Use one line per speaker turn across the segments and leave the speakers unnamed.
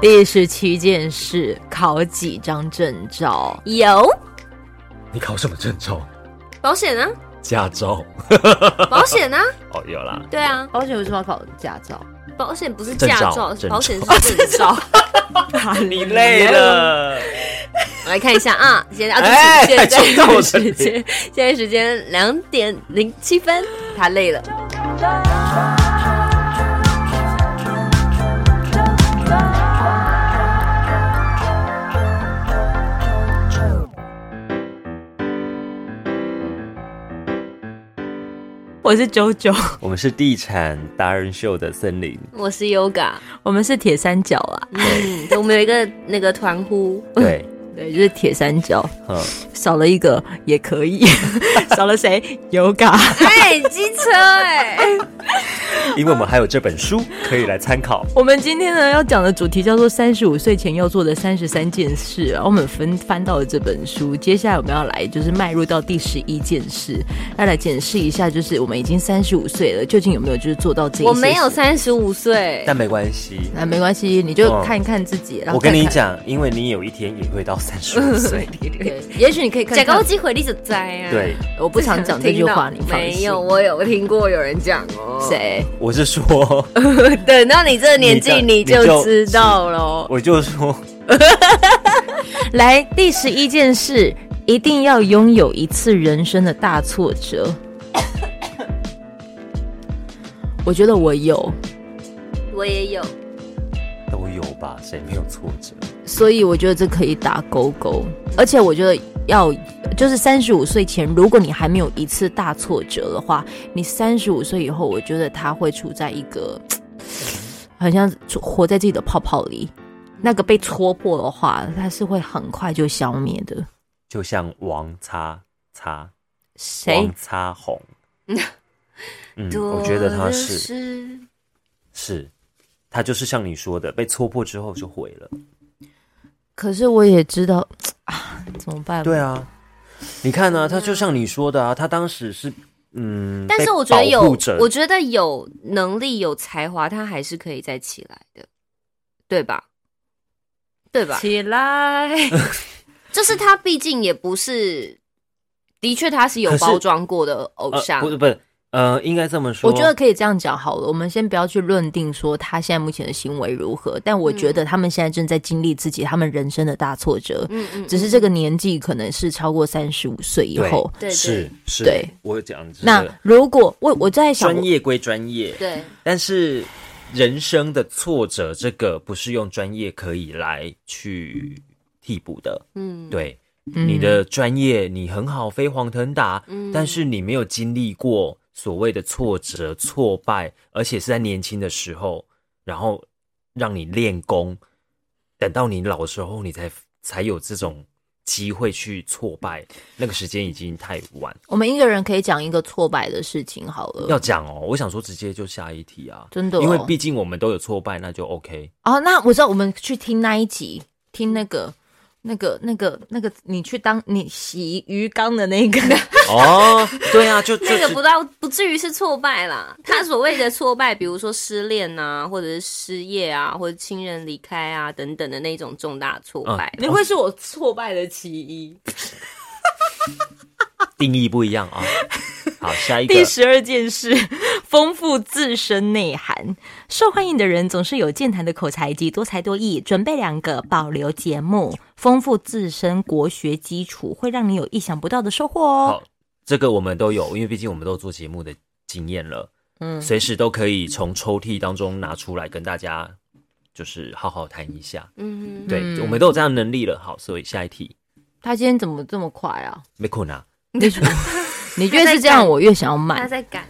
第十七件事，考几张证照？
有
你考什么证照？
保险啊，
驾照？
保险啊，
哦，有啦，
对啊，
保险为什么要考驾照？
保险不是
证
驾照，
照证
保
照
险
哦
是证照。
你累了，
我来看一下啊，现在啊，
哎
对不起，现
冲到
在
我
时
身
间，现在时 间两点零七分，他累了。
我是九九，
我们是地产达人秀的森林，
我是 Yoga，
我们是铁三角啊，
嗯，我们有一个那个团呼，
对，
对，就是铁三角，
嗯，
少了一个也可以， 少了谁？有 嘎。
哎，机车哎、
因为我们还有这本书可以来参考。
我们今天呢要讲的主题叫做“三十五岁前要做的三十三件事”，啊然后我们翻翻到了这本书，接下来我们要来就是迈入到第十一件事，要来检视一下，就是我们已经三十五岁了，究竟有没有就是做到这一些事？
我没有三十五岁，
但没关系，
啊，没关系，你就
嗯
看一看自己。然后
我跟你
看看，
讲，因为你有一天也会到三十 五岁。
对，也许你可以看
假高
看。
机会你就栽啊。
对，
我不常讲这句话，你
听到
放
没
心。
有？我有听过有人讲哦。？
谁？
我 是说，
等到你这个年纪，
你
你
的
就知道喽。
我就说，
来，第十一件事，一定要拥有一次人生的大挫折。 我觉得我有，
我也有，
都有吧，谁没有挫折？
所以我觉得这可以打勾勾。而且我觉得要，就是三十五岁前，如果你还没有一次大挫折的话，你三十五岁以后，我觉得他会处在一个，好像处活在自己的泡泡里。那个被戳破的话，它是会很快就消灭的。
就像王叉叉，
谁
王？叉红，嗯，我觉得他是是，他就是像你说的，被戳破之后就毁了。
嗯
可是我也知道啊，怎么办？
对啊，你看呢、他就像你说的啊，他当时是嗯，
但
被
是我觉得
保
有
护者，
我觉得有能力、有才华，他还是可以再起来的，对吧？对吧？
起来，
就是他毕竟也不是，的确他是有
可是
包装过的偶
呃
像
不。是不是呃，应该这么说，
我觉得可以这样讲好了。我们先不要去论定说他现在目前的行为如何，但我觉得他们现在正在经历自己他们人生的大挫折，
嗯嗯，
只是这个年纪可能是超过三十五岁以后。
对对
是是，
对
我讲的是
那如果我我在想，
专业归专业，
对
但是人生的挫折，这个不是用专业可以来去替补的。
嗯
对，
嗯
你的专业你很好，飞黄腾达，
嗯
但是你没有经历过所谓的挫折、挫败，而且是在年轻的时候，然后让你练功，等到你老的时候，你才才有这种机会去挫
嗯
败，那个时间已经太晚。
我们一个人可以讲一个挫败的事情好了。
要讲哦，我想说直接就下一题啊，
真的哦
因为毕竟我们都有挫败，那就 OK。
哦，那我知道，我们去听那一集，听那个。那个、那个、那个，你去当你洗鱼缸的 那个，
哦，对啊，就就
那个
是
不到不至于是挫败啦，他所谓的挫败，比如说失恋啊，或者是失业啊，或者亲人离开啊等等的那种重大挫
嗯
败。
你会是我挫败的其一。
定义不一样啊。好，下一 个
第十二件事， 丰富自身内涵。受欢迎的人总是有健谈的口才及多才多艺。准备两个保留节目，丰富自身国学基础，会让你有意想不到的收获哦
好。，这个我们都有，因为毕竟我们都有做节目的经验了，
嗯，
随时都可以从抽屉当中拿出来跟大家就是好好谈一下。
嗯，
对，
嗯
我们都有这样的能力了。好，所以下一题
他今天怎么这么快 啊？
没困难。
你你越是这样，我越想要
他
慢。
在赶，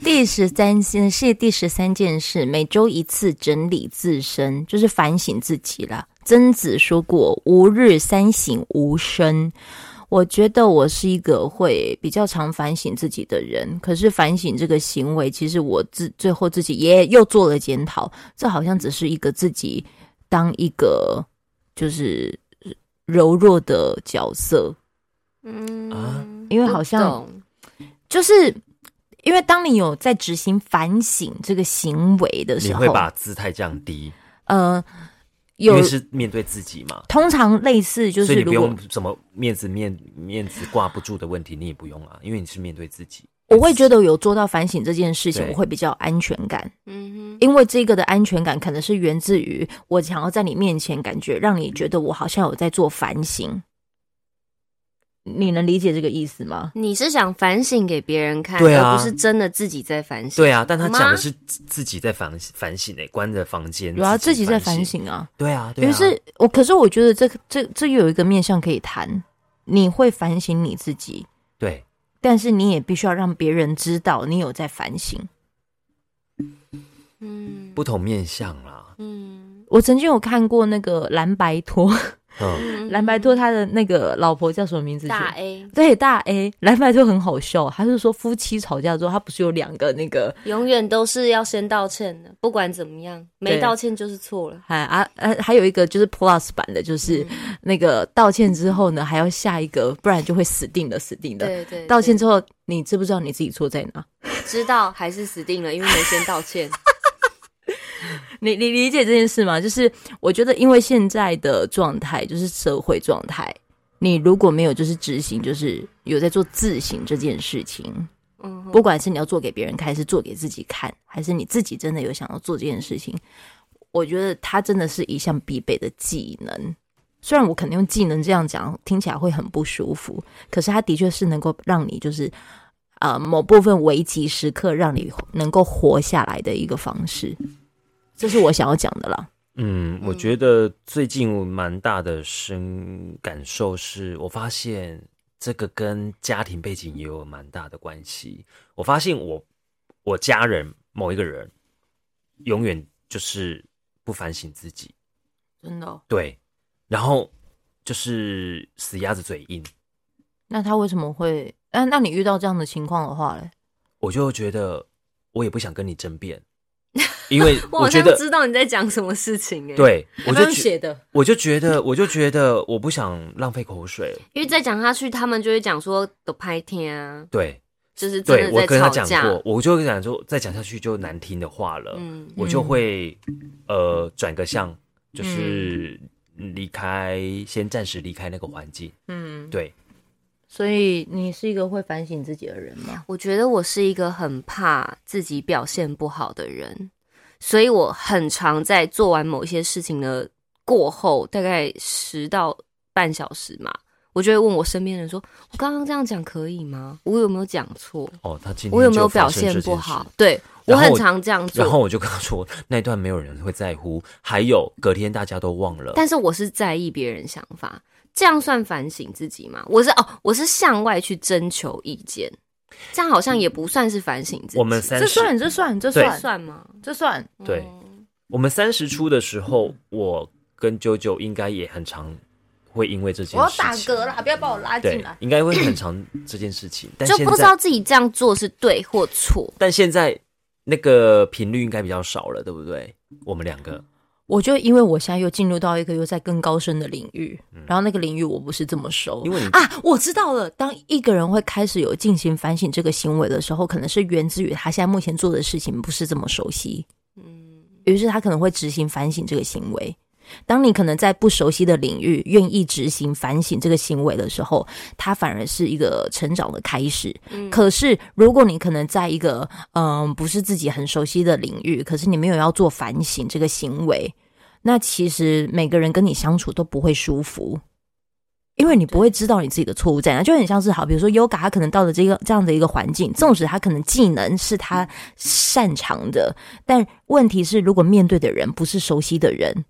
第十三件是第十三件事，每周一次整理自身，就是反省自己啦。曾子说过“吾日三省吾身”，我觉得我是一个会比较常反省自己的人。可是反省这个行为，其实我自最后自己也又做了检讨，这好像只是一个自己当一个就是柔弱的角色，
嗯
啊
因为好像
不懂
就是因为当你有在执行反省这个行为的时
你
候，
会把姿态降低，
呃，
因
有
为是面对自己嘛，
通常类似就
所
是
以你不
如果
用什么面子面面子挂不住的问题，你也不用啊，因为你是面对自己。
我会觉得有做到反省这件事情，
对
我会比较有安全感，
嗯哼，
因为这个的安全感可能是源自于我想要在你面前感觉让你觉得我好像有在做反省。你能理解这个意思吗？
你是想反省给别人看，
对啊
而不是真的自己在反省。
对啊，但他讲
妈
的是自自己在反反省诶、欸关着房间，
有啊，自己在
反
反。省啊。
对啊，对啊。
于是我，可是我觉得这个这这又有一个面向可以谈，你会反省你自己，
对，
但是你也必须要让别人知道你有在反省。
嗯
不同面相啊啦，
嗯，
我曾经有看过那个蓝白托，
嗯，
蓝白托他的那个老婆叫什么名字去？
大 A
对大 A 蓝白托很好笑，他是说夫妻吵架之后，他不是有两个那个
永远都是要先道歉的，不管怎么样，没
对
道歉就是错了。
还啊呃还有一个就是 Plus 版的，就是
嗯
那个道歉之后呢，还要下一个，不然就会死定了，死定了。
对对，
道歉
对
之后，你知不知道你自己错在哪？
知道还是死定了，因为没先道 歉。
你你理解这件事吗？就是我觉得，因为现在的状态就是社会状态，你如果没有就是执行，就是有在做自省这件事情，
嗯哼，
不管是你要做给别人看，还是做给自己看，还是你自己真的有想要做这件事情，我觉得它真的是一项必备的技能。虽然我可能用技能这样讲，听起来会很不舒服，可是它的确是能够让你就是。呃，某部分危急时刻让你能够活下来的一个方式，这是我想要讲的啦。
嗯，我觉得最近我蛮大的深感受是，我发现这个跟家庭背景也有蛮大的关系。我发现我我家人某一个人，永远就是不反省自己，
真的、哦
对，然后就是死鸭子嘴硬，
那他为什么会？那、那你遇到这样的情况的话嘞？
我就觉得我也不想跟你争 辩，因为
我好
觉
像
得
知道你在讲什么事情哎、，
对，我
刚
就
刚
觉
的，
我就觉得我就觉得我不想浪费口水，
因为再讲下去，他们就会讲说都拍天啊，
对。
就是真
对
的
我
在
跟
吵
他讲
架。
过，我就跟他讲说，再讲下去就难听的话了，
嗯
我就会呃转个向，就是离开，先暂时离开那个环境。
嗯，
对，
所以你是一个会反省自己的人吗？
我觉得我是一个很怕自己表现不好的人，所以我很常在做完某一些事情的过后，大概十到半小时嘛，我就会问我身边人说：“我刚刚这样讲可以吗？我有没有讲错？
哦，他今天
我有没有
就发
表
生
现
这
不
件
好
事？”？
对我
然后
很
我
常这样
然
做，
后我就跟他说，那一段没有人会在乎，还有隔天大家都忘了。
但是我是在意别人想法，这样算反省自己吗？我是哦，我是向外去征求意见，这样好像也不算是反省自己，
我们三
这
十，
算，这算，这
对
算，
算吗？
这算。
对
嗯
我们三十出的时候，我跟啾啾应该也很常会因为这件事情，
我要打嗝啦，不要把我拉进
对
来，。
应该会很常这件事情，但
就
现
不知
在
道自己这样做是对或错。
但现在那个频率应该比较少了，对不对？我们两个，
我就因为我现在又进入到一个又在更高深的领域，然后那个领域我不是这么熟，
嗯因为你
啊，我知道了。当一个人会开始有进行反省这个行为的时候，可能是源自于他现在目前做的事情不是这么熟悉，
嗯，
于是他可能会执行反省这个行为。当你可能在不熟悉的领域愿意执行反省这个行为的时候，它反而是一个成长的开始。
嗯
可是，如果你可能在一个嗯不是自己很熟悉的领域，可是你没有要做反省这个行为，那其实每个人跟你相处都不会舒服，因为你不会知道你自己的错误在哪，就很像是好，比如说 Yoga，他可能到了这个这样的一个环境，纵使他可能技能是他擅长的，但问题是，如果面对的人不是熟悉的人，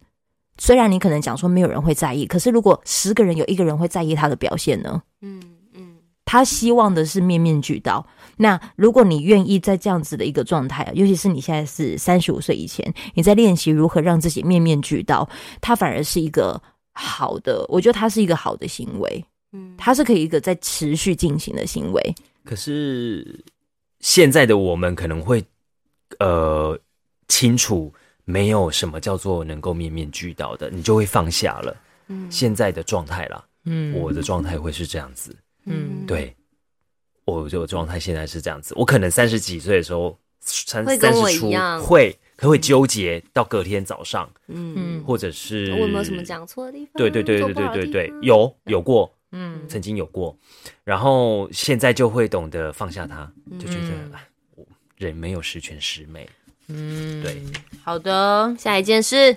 虽然你可能讲说没有人会在意，可是如果十个人有一个人会在意他的表现呢？
嗯嗯，
他希望的是面面俱到。那如果你愿意在这样子的一个状态，啊尤其是你现在是三十五岁以前，你在练习如何让自己面面俱到，它反而是一个好的，我觉得它是一个好的行为，
嗯
它是可以一个在持续进行的行为。
可是现在的我们可能会呃清楚，没有什么叫做能够面面俱到的，你就会放下了。
嗯
现在的状态啦，
嗯
我的状态会是这样子，
嗯，
对，我的状态现在是这样子。我可能三十几岁的时候，三
会
三
跟我
十
一
出
样
会可会纠结到隔天早上，
嗯，
或者是
我有没有什么讲错的地方？
对对对对
做不
对
好的
对
地
对，
方，
有有过，
嗯
曾经有过，然后现在就会懂得放下它，就觉得、
嗯
啊我人没有十全十美，
嗯，
对。
好的，
下一件事，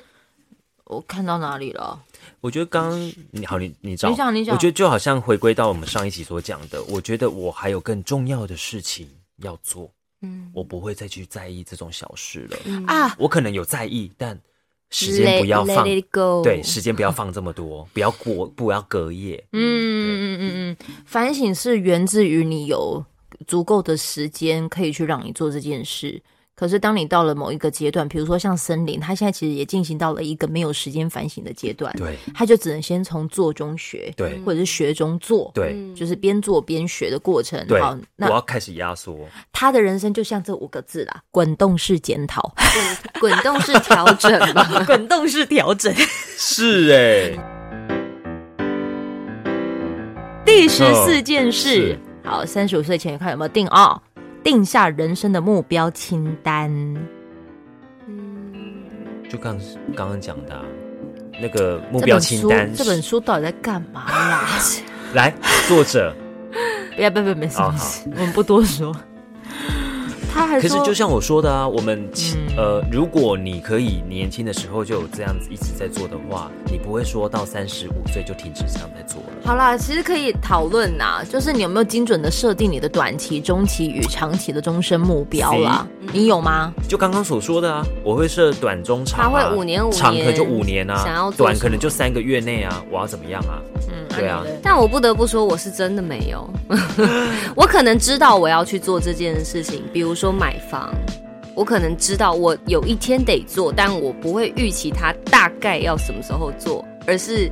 我看到哪里了？
我觉得刚刚你好，你你找
你讲你讲
我觉得就好像回归到我们上一集所讲的，我觉得我还有更重要的事情要做，
嗯
我不会再去在意这种小事了。
啊，
我可能有在意，但时间不要
Let-
放
let it go
对，时间不要放这么多，不要过，不要隔夜。
嗯嗯嗯嗯，反省是源自于你有足够的时间可以去让你做这件事。可是，当你到了某一个阶段，比如说像森林，它现在其实也进行到了一个没有时间反省的阶段，
对
它就只能先从做中学，
对
或者是学中做，，
对
就是边做边学的过程。
对，
好，
我
那
要开始压缩。
他的人生就像这五个字啦：滚动式检 讨，
滚滚动式调整吧。
滚动式调整。
是哎、
第十四件事
嗯是，
好，三十五岁前看有没有定哦，定下人生的目标清单。
嗯
就刚刚刚讲的啊、那个目
这
标
本
清
书
单
这本书到底在干嘛 啦？
来，作者。
不要不要不要，没事
哦
没事，我们不多说。他还
可是
说，
就像我说的啊，我们、呃，如果你可以年轻的时候就有这样子一直在做的话，你不会说到三十五岁就停止这样在做了。
好啦，其实可以讨论呐，就是你有没有精准的设定你的短期、中期与长期的终身目标啦？你有吗？
就刚刚所说的啊，我会设短中长、啊，
他会五年五年
长可能就五年啊，
想要做
短
什么
可能就三个月内啊，我要怎么样啊？
嗯，
对啊
你的
但我不得不说，我是真的没有。 我可能知道我要去做这件事情，比如说买房，我可能知道我有一天得做，但我不会预期它大概要什么时候做，而是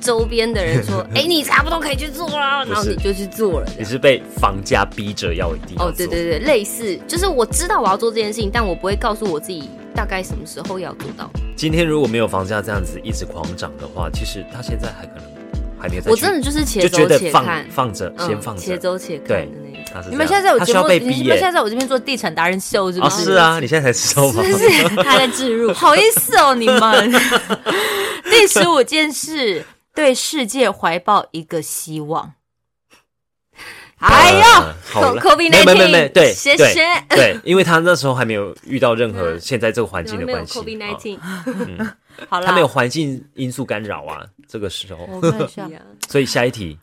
周边的人 说：“哎、你差不多可以去做啦。”
不是
然后你就去做了。这
你
样
是被房价逼着要一定要
哦，对
做
对对，类似，就是我知道我要做这件事情，但我不会告诉我自己大概什么时候要做到。
今天如果没有房价这样子一直狂涨的话，其实他现在还可能还没有再
我
去
真的就是且
就
走
觉得
且看
放，放着，
嗯
先放着，
且走且看
对
的那种。
他是
你们
这样
现在在我
他
节
需
目，
要被
你
逼
你们
耶、
现在在我这边做地产达人秀，是
哦，
不
是啊，你现在才知道吗？
是不 是他在置入？好意思哦，你们。第十五件事，对世界怀抱一个希望。哎呀，
呀，啊好了
COVID-19
没没没没，对，
谢
对
谢
对，因为他那时候还没有遇到任何
嗯
现在这个环境的
没有
关系，
COVID
啊
nineteen，
好
他
啦哦
没有，环境因素干扰啊，这个时候，
我看一 下。
所以下一题，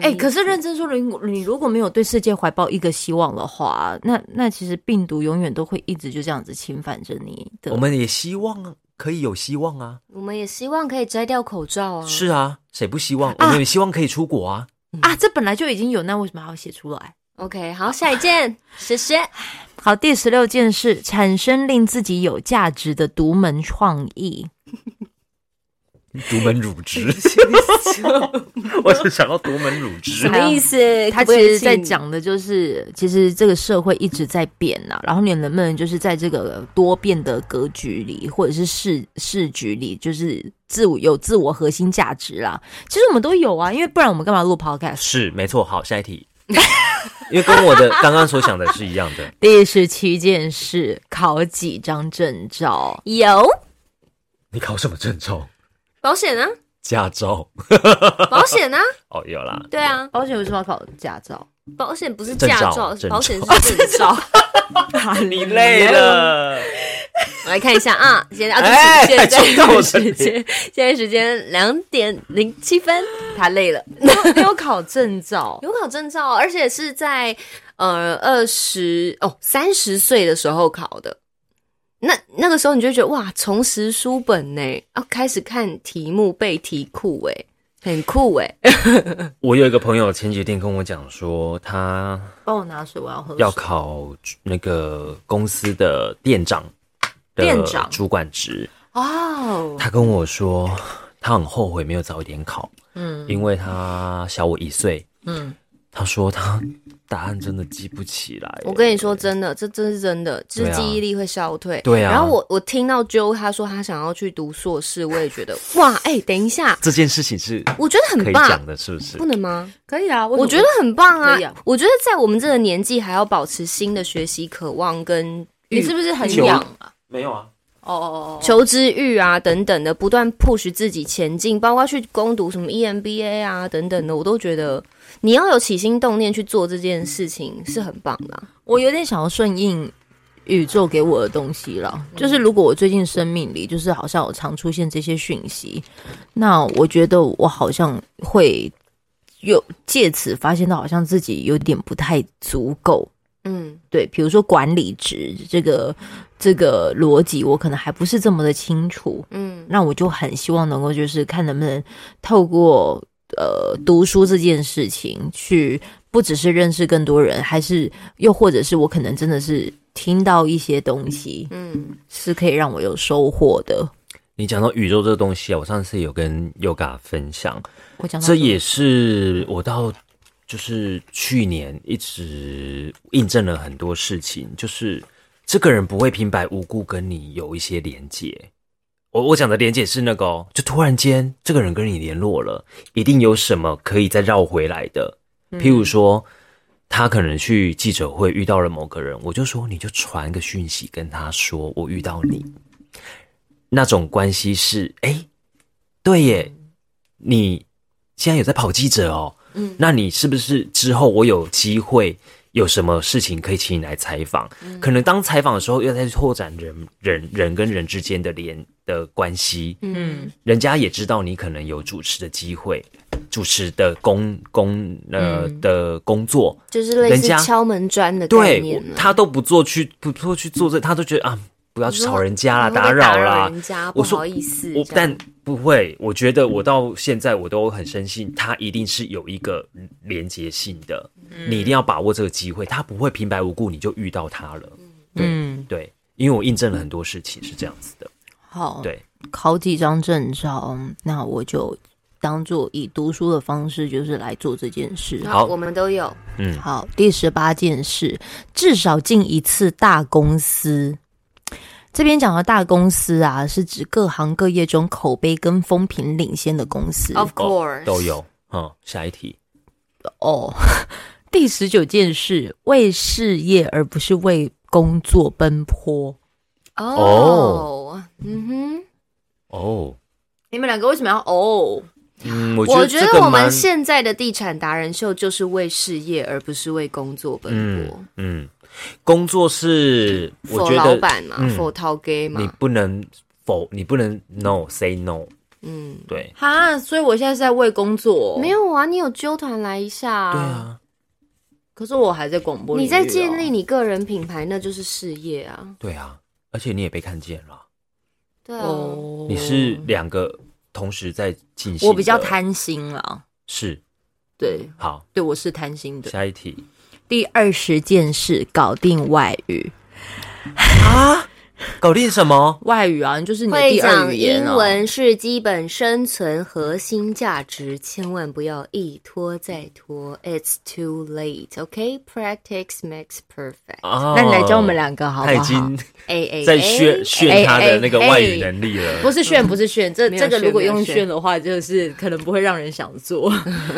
哎、可
啊是
是认真说，你你如果没有对世界怀抱一个希望的话，那那其实病毒永远都会一直就这样子侵犯着你的。
我们也希望可以有希望啊，
我们也希望可以摘掉口罩
哦
啊。
是啊，谁不希望？我们也希望可以出国啊，
啊，这本来就已经有，那为什么还要写出来？
OK，好，下一 件，谢谢。
好，第十六件事，产生令自己有价值的独门创意。
独门乳 汁， 我只想到独门乳汁
什么意
思？
他其实在讲的就是，其实这个社会一直在变呐、然后你能不能就是在这个多变的格局里，或者是市市局里，就是自我有自我核心价值啦。其实我们都有啊，因为不然我们干嘛录 podcast？
是没错，好，下一题， 因为跟我的刚刚所想的是一样的，
第十七件事，考几张证照？
有
你考什么证照？
保险 啊，
驾照？
保险啊，
哦，有啦，
对啊，
保险为什么要考驾 照？
保险不是
证
驾照，
照证
保险
哦
照
是证 照。
啊
你累 了。
我来看一下啊，现在啊，
哎
对不起现
撞到
在
我
时
这里
间，现在时间两点零七分，他累了。
没有考证照，
有考证照，而且是在呃二十哦三十岁的时候考的。那那个时候你就觉得哇，重拾书本呢，要开始看题目背题库哎，很酷哎。
我有一个朋友前几天跟我讲说，他
帮我拿水，我要喝水。
要考那个公司的店长的
店长
主管职，
哦，
他跟我说他很后悔没有早一点考，
嗯
因为他小我一岁。
嗯，
他说他答案真的记不起来。
我跟你说真的，这真是真的，就是
对啊
记忆力会消退。
对啊
然后我我听到 Joe 他说他想要去读硕士，我也觉得哇，哎、等一下，
这件事情是
我觉得
可
很
以
棒
讲，的，是不是
不？能吗？
可以啊，
我觉得很棒啊
可以啊！
我觉得在我们这个年纪，还要保持新的学习渴望跟欲
你是不是很
求
痒啊？
没有啊，
哦哦哦，
求知欲啊等等的，不断 push 自己前进，包括去攻读什么 EMBA 啊等等的，我都觉得你要有起心动念去做这件事情是很棒的啊、
我有点想要顺应宇宙给我的东西了，就是如果我最近生命里就是好像有常出现这些讯息，那我觉得我好像会有借此发现到好像自己有点不太足够。
嗯，
对，比如说管理职这个这个逻辑，我可能还不是这么的清楚。
嗯，
那我就很希望能够就是看能不能透过呃读书这件事情，去不只是认识更多人，还是又或者是我可能真的是听到一些东西，
嗯，
是可以让我有收获的。
你讲到宇宙这个东西啊，我上次有跟 Yoga 分享，
我讲到
这也是我到就是去年一直印证了很多事情，就是这个人不会平白无故跟你有一些连接。我我讲的连接是那个、哦，就突然间这个人跟你联络了，一定有什么可以再绕回来的。譬如说，他可能去记者会遇到了某个人，我就说你就传个讯息跟他说我遇到你，那种关系是哎、诶对耶，你现在有在跑记者哦，嗯，那你是不是之后我有机会有什么事情可以请你来采访？可能当采访的时候，又在拓展人人人跟人之间的连的关系，
嗯，
人家也知道你可能有主持的机会，主持的工工呃、的工作，
就是类
人
似
家
敲门砖的嗯概
对
念啊
我
了。
他都不做去不做去做这，他都觉得啊，不要去吵人家啦，
会不会
打扰啦，
人家不
我说
好意思，
我
这样
但不会，我觉得我到现在我都很深信，它一定是有一个连结性的，
嗯
你一定要把握这个机会，它不会平白无故你就遇到它了。
嗯，
对，因为我印证了很多事情是这样子的。
哦
好，
对，
考几张证照，那我就当做以读书的方式，就是来做这件事。
那
好
我们都有，
嗯，
好，第十八件事，至少进一次大公司。这边讲的大公司啊，是指各行各业中口碑跟风评领先的公司。
Of
哦
course，
都有。嗯，下一题，
哦， 第十九件事，为事业而不是为工作奔波。
哦，嗯
哦，
你们两个为什么要哦？
嗯，我
哼，我
觉
觉
得这
得
个
我
蛮
们，现在的地产达人秀就是为事业而不是为工作奔波
嗯。嗯，工作是我
否
觉
老
得
板嘛，
嗯
否陶 gay
你
嘛，
不能否，你不能 no say no，
嗯，
对，
哈，所以我现在是在为工作、
没，有啊，你有纠团来一下、啊，
对，啊，
可是我还在广播、哦
你在建立，你个人品牌，那就是事业啊，
对啊，而且你也被看见了。
对啊，
哦，
你是两个同时在进行的，
我比较贪心啦，
是
对
好。
对，我是贪心的。
下一题
第二十件事，搞定外语。
啊，搞定什么？
外语啊，就是你的
会
第二
讲
语
英
言啊。
文是基本生存核心价值，千万不要一拖再拖，It's too late. OK, practice makes perfect.
啊
那你来教我们两个好哎
他
不
已
好？
经
A A
在炫炫他的那个外语能力
哎不
了。
是炫，不是炫，这
嗯没有
这
炫
个如果
没有
用
炫
炫的话，就是可能不会让人想 做。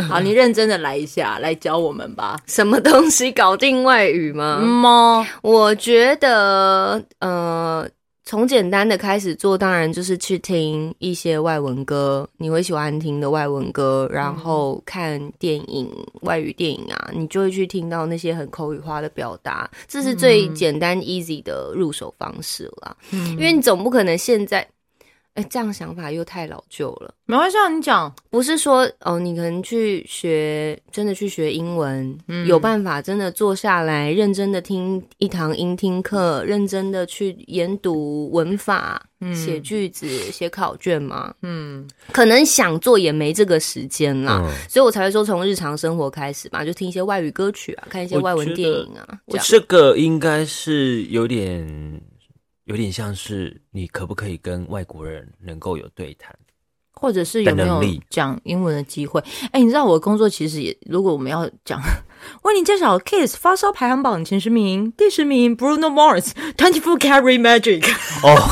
好，你认真的来一下，来教我们吧。
什么东西搞定外语吗？
嗯猫，
我觉得，呃，从简单的开始做，当然就是去听一些外文歌，你会喜欢听的外文歌，然后看电影、外语电影啊，你就会去听到那些很口语化的表达，这是最简单 easy 的入手方式啦。
嗯
因为你总不可能现在，哎，这样想法又太老旧了。
没关系，啊，你讲。
不是说哦，你可能去学，真的去学英文，有办法真的坐下来认真的听一堂英听课，认真的去研读文法、写句子、写考卷吗？
嗯，
可能想做也没这个时间啦，
啊
嗯
所以我才会说从日常生活开始嘛，就听一些外语歌曲啊，看一些
我
外文
觉
电
得
影啊，这
我
样
这个应该是有点，有点像是你可不可以跟外国人能够有对谈？
或者是有没
的
有
能力
讲英文的机会？哎，你知道我的工作其实也，如果我们要讲， 为你介绍 Kiss 发烧排行榜前十名，第十名 Bruno Mars Twenty Four Carry Magic。
哦，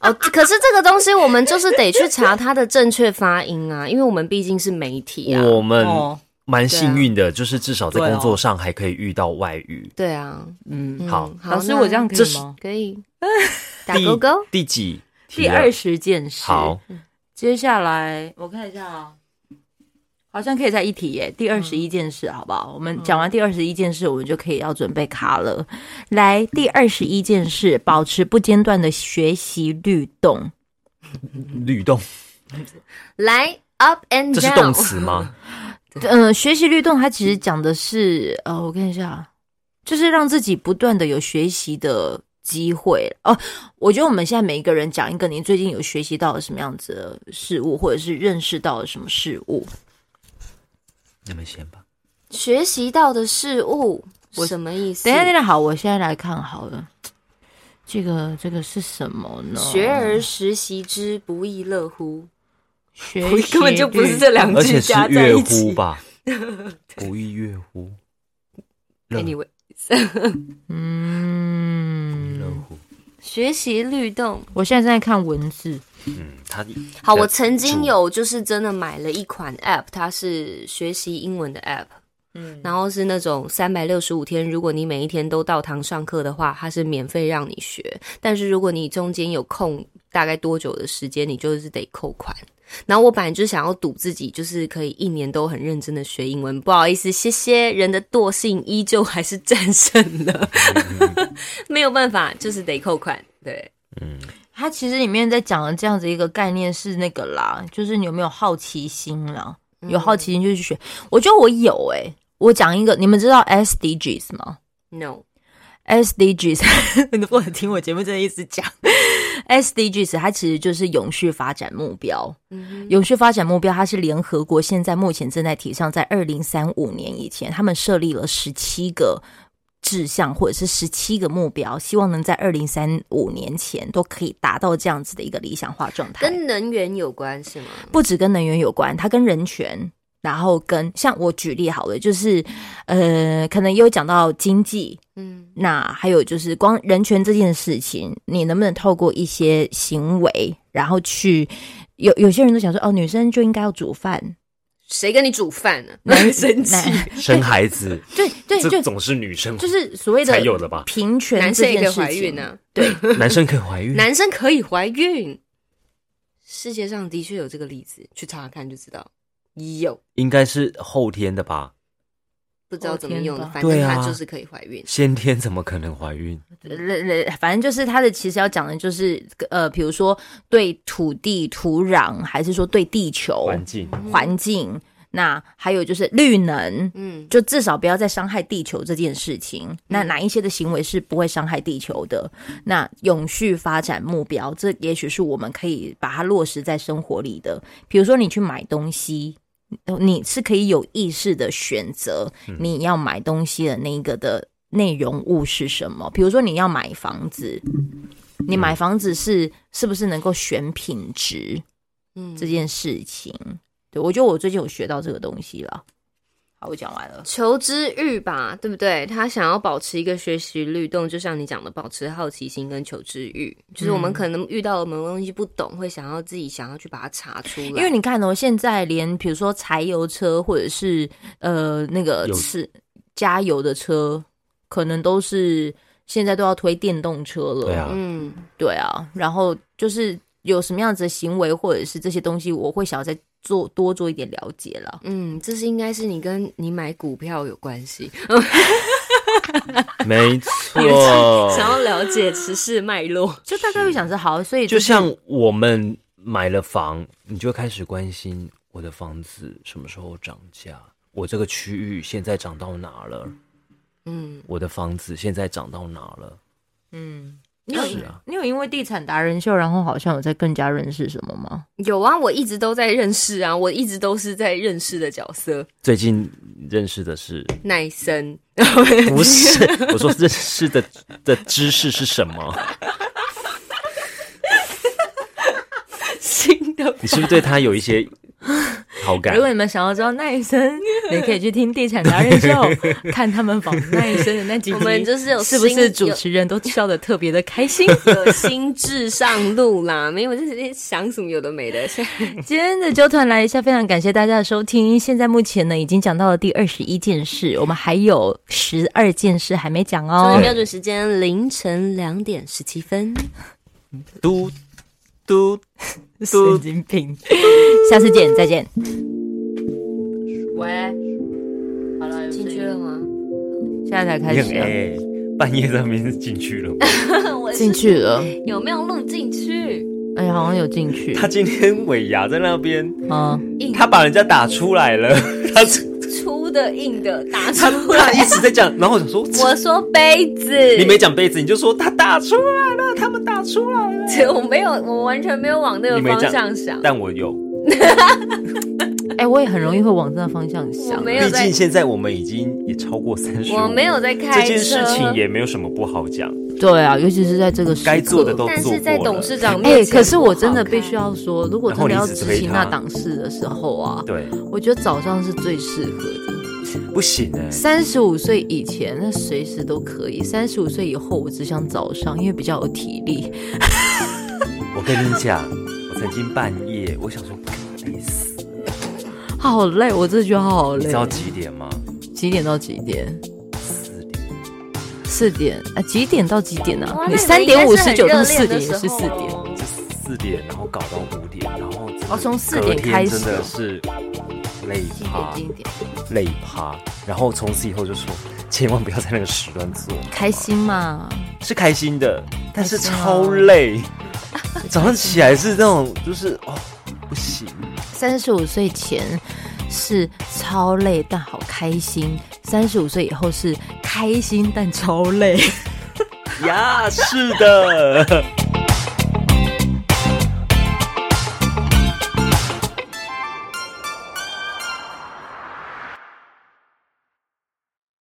哦，可是这个东西我们就是得去查它的正确发音啊，因为我们毕竟是媒体啊，
我们
哦
蛮幸运的，就是至少在
对哦
工作上还可以遇到外遇。
对啊，
嗯，
嗯
好
老师，我这样可
这
以
是
吗？
可 以打
第
勾勾，
哦第几题
第
了
二十嗯件事，
好，
接下来我看一下啊，好像可以再一题耶。第二十一件事，好不好？我们讲完第二十一件事，我们就可以要准备卡了。来，第二十一件事，保持不间断的学习律动。
律动，
来 up and
这是
down，
动词 吗？
嗯、学习律动它其实讲的是，呃，我看一下啊，就是让自己不断的有学习的机会哦。我觉得我们现在每一个人讲一个你最近有学习到了什么样子的事物，或者是认识到了什么事物。
你们先吧。
学习到的事物，
我
什么意思？
等一下，等一下，好，我现在来看好了，这个这个是什么呢？
学而时习之，不亦乐乎？
学
不
习
亦根本就不是这两
而
句
且是
加在一
乐乎
起。
吧？不亦乐乎？乐
Anyway，
嗯，
乐乎。
学习律动。
我现在正在看文字，
嗯，他
好，
呃
我曾经
主
有就是真的买了一款 App，它是学习英文的 App，
嗯，
然后是那种三百六十五天，如果你每一天都到堂上课的话，它是免费让你学。但是如果你中间有空，大概多久的时间，你就是得扣款。然后我本来就想要赌自己，就是可以一年都很认真的学英文。不好意思，谢谢人的惰性依旧还是战胜了，
嗯
没有办法，就是得扣款。对，
嗯，
它其实里面在讲的这样子一个概念是那个啦，就是你有没有好奇心啦？有好奇心就去学。我觉得我有诶、我讲一个，你们知道 SDGs 吗？
No，
SDGs，如果听我节目，真的一直讲 SDGs，它其实就是永续发展目标。
嗯
永续发展目标，它是联合国现在目前正在提倡，在二零三五年以前，他们设立了十七个志向或者是十七个目标，希望能在二零三五年前都可以达到这样子的一个理想化状态。
跟能源有关是吗？
不只跟能源有关，它跟人权，然后跟像我举例好了，就是呃，可能也有讲到经济，
嗯
那还有就是光人权这件事情，你能不能透过一些行为，然后去有有些人都想说，哦，女生就应该要煮饭，
谁跟你煮饭呢、
男
很 生 气，
男
生孩子，
对对，
这
就
总是女生
就是所谓的
才有的吧？
平权
男
这
生也
件
可以
事
怀
情
孕啊，
对，
男生可以怀孕？
男生可以怀孕。世界上的确有这个例子，去查看就知道。有，
应该是后天的吧？
不知道怎么用的，
哦天哪
反正
对
他
啊
就是可以怀孕。
先天怎么可能怀孕？
呃反正就是他的其实要讲的就是呃，比如说对土地、土壤，还是说对地
哦
球
环境
环境，那还有就是绿能，
嗯，
就至少不要再伤害地球这件事情。那哪一些的行为是不会伤害地球的？那永续发展目标，这也许是我们可以把它落实在生活里的。比如说，你去买东西。你是可以有意识的选择你要买东西的那一个的内容物是什么。比如说，你要买房子，你买房子是是不是能够选品质
嗯
这件事情？对我觉得我最近有学到这个东西了。好，我讲完了。
求知欲吧，对不对？他想要保持一个学习律动，就像你讲的，保持好奇心跟求知欲。就是我们可能遇到了某个东西不懂，会想要自己想要去把它查出来。
因为你看哦，现在连比如说柴油车或者是呃那个
有
是加油的车，可能都是现在都要推电动车了。
对啊
嗯，
对啊然后就是有什么样子的行为或者是这些东西，我会想要再做多做一点了解了。
嗯，这是应该是你跟你买股票有关 系，
没错，
想要了解时事脉络。
就大概会想着好，所以
就是像我们买了房，你就开始关心我的房子什么时候涨价，我这个区域现在涨到哪了，
嗯，
我的房子现在涨到哪了？
嗯，你有、
是啊
你有因为地产达人秀，然后好像有在更加认识什么吗？
有啊，我一直都在认识啊，我一直都是在认识的角色，
最近认识 的是
奈森。
不是？我说认识的的知识是什么？
新的
你是不是对他有一些好感
啊如？果你们想要知道奈森你可以去听《地产达人 秀》，看他们访那一生的那几集，
我们就是有
是不是
心
主
有
持人都笑得特别的开心？
有心智上路啦，没有，我就是在想什么有的没的。现在
今天的纠团来一下，非常感谢大家的收听。现在目前呢，已经讲到了第二十一件事，我们还有十二件事还没讲
中
哦
文。标准时间凌晨两点十七分，
嘟嘟，
神经病， 下次见，再见。
喂，好了，进去了吗？
现在才开
你
始
很哎、
啊，
半夜上面是进去了吗。
我是
进去了，
有没有录进去？
哎，好像有进去
他今天尾牙在那边，
啊。
硬
他把人家打出来了， 他
粗的硬的打
他
出
他
来。
一直在讲，然后我想说，
我说杯子，
你没讲杯子，你就说他打出来了，他们打出来了，
我没有，我完全没有往那个
你没
方
讲
向想。
但我有，
哎，我也很容易会往这个方向想。
我没有
毕
在
竟现在我们已经也超过三十，
我没有在开车，
这件事情也没有什么不好讲，
对啊，尤其是在这个时刻
该做的都
嗯但
做过
是
了。
在董事长
哎、
面前，
可是我真的
不好看
必须要说，如果真的
然
要
后你一直
执
推
行
他
那档事的时候啊，
对，
我觉得早上是最适合的。
不行哎、
三十五岁以前，那随时都可以；三十五岁以后，我只想早上，因为比较有体力。
我跟你讲，我曾经半夜，我想说累死，
好累，我真的觉得好
你
累
知。道几点吗？
几点到几点？
四点。
四点啊？几点到几点呢、啊？
哇那
你
们
三点五
应该是
十
很
九到
热
四
恋的
点也是
时候
四点。
哦
就四点，然后搞到五点，然后真的
哦从四点
隔天
开始
真的是累
几点？
趴
几点？
累趴，然后从此以后就说，千万不要在那个时段做，
开心嘛？
是开心的，但是
开心哦
超 累，早上起来是那种就是哦不行，
三十五岁前是超累但好开心，三十五岁以后是开心但超累。
呀，是的。